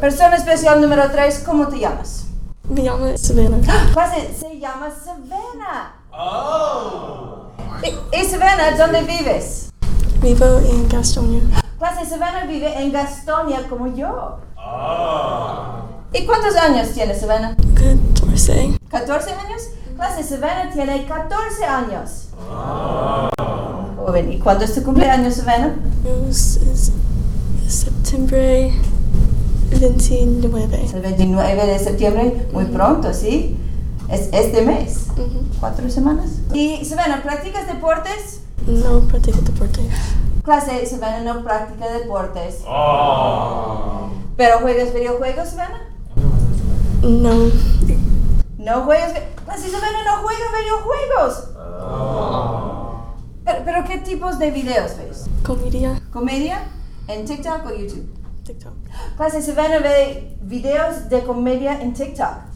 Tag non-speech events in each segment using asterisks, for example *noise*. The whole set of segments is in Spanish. Persona especial número 3, ¿cómo te llamas? Me llamo Savannah. *gasps* Pase, se llama Savannah. Y, y Savannah, ¿dónde vives? Vivo en Gastonia. Pase, Savannah vive en Gastonia como yo. ¿Y cuántos años tiene Savannah? 14. ¿14 años? Clase Savannah tiene 14 años. Joven, ¿y cuándo es tu cumpleaños, Savannah? Es, es septiembre 29. El 29 de septiembre, muy pronto, ¿sí? Es este mes, Ujú. cuatro semanas. ¿Y Savannah, practicas deportes? No practico deporte. Clase Savannah no practica deportes. ¿Pero juegas videojuegos, Savannah? No. No juegas. vi- Clase Savannah no juega videojuegos. Pero, pero ¿qué tipos de videos ves? Comedia. ¿Comedia? ¿En TikTok o YouTube? TikTok. Clase Savannah ve videos de comedia en TikTok.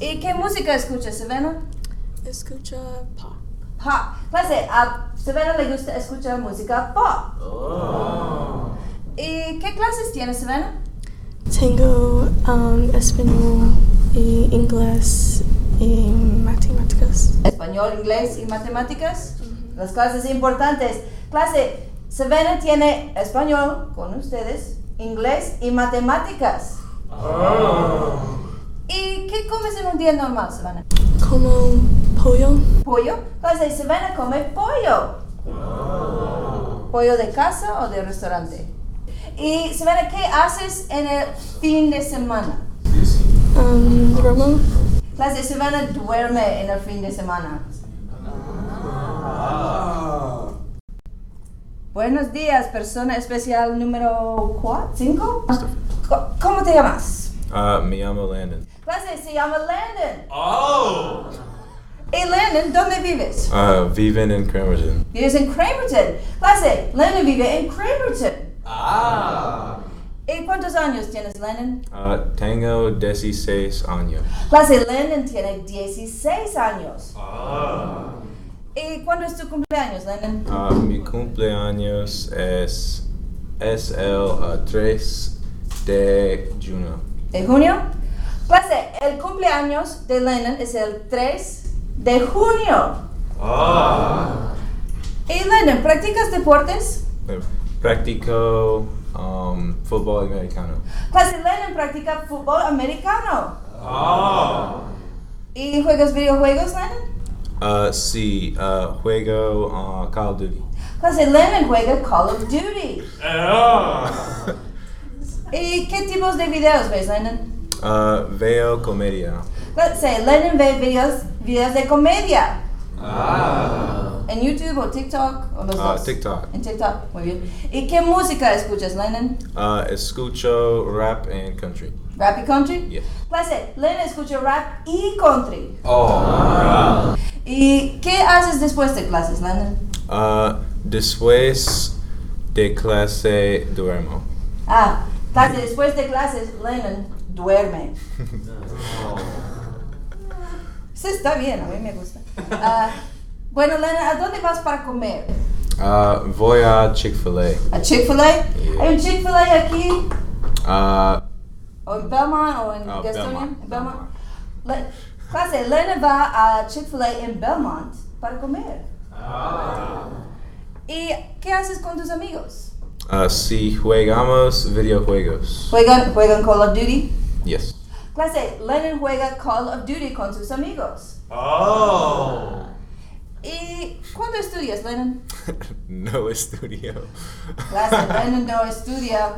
¿Y qué música escuchas, Savannah? Escucha pop. Pop. Clase, a Savannah le gusta escuchar música pop. ¿Y qué clases tienes, Savannah? Tengo um, español y inglés y matemáticas. Español, inglés y matemáticas. Las clases importantes. Clase, Savannah tiene español con ustedes, inglés y matemáticas. ¿Y qué comes en un día normal, Savannah? Como pollo. pollo, clase se van a comer pollo. ¿Pollo de casa o de restaurante? Y Savannah, ¿qué haces en el fin de semana? Um, Romo. Clase, Savannah duerme en el fin de semana. Buenos días, persona especial número 4, 5. ¿Cómo te llamas? Uh, me llamo Landon. Clase, se llama Landon. ¿Y Landon, dónde vives? Uh, Viven in Cramerton. Vives en Cramerton. Clase, Lennon vive en Cramerton. ¿Y cuántos años tienes, Lennon? Uh, tengo 16 años. Clase, Lennon tiene 16 años. ¿Y cuándo es tu cumpleaños, Lennon? Uh, mi cumpleaños es, es el uh, 3 de junio. ¿De junio? Clase, el cumpleaños de Lennon es el 3 de junio. ¿Y Lennon, practicas deportes? Practico um, football americano. Clase, Lennon practica fútbol americano. ¿Y juegas videojuegos, Lennon? Uh, sí, uh, juego uh, Call of Duty. Clase Lennon juega Call of Duty. ¿Y qué tipos de videos ves, Lennon? Uh, veo comedia. Clase Lennon ve videos, videos de comedia. ¿En YouTube o TikTok? O los Uh, dos? Ah. TikTok. En TikTok, muy bien. ¿Y qué música escuchas, Lennon? Uh, escucho rap and country. ¿Rap y country? Yeah. Clase, Lennon escucha rap y country. ¿Y qué haces después de clases, Lennon? Uh, después de clase duermo. Ah, clase, después de clases, Lennon *laughs* duerme. Sí, está bien, a mí me gusta. Ah, bueno, Lennon, ¿a dónde vas para comer? Uh, voy a Chick-fil-A. ¿A Chick-fil-A? ¿Hay un Chick-fil-A aquí? Uh, ¿O en Belmont o en Oh, Gastonia? Belmont. ¿En Belmont? Le- clase, Lennon va a Chick-fil-A en Belmont para comer. ¿Y qué haces con tus amigos? uh, si jugamos videojuegos. ¿Juegan, juegan Call of Duty? Yes. *laughs* Clase, Lennon juega Call of Duty con sus amigos. ¿Y cuándo estudias, Lennon? no estudio. Clase, Lennon no estudia.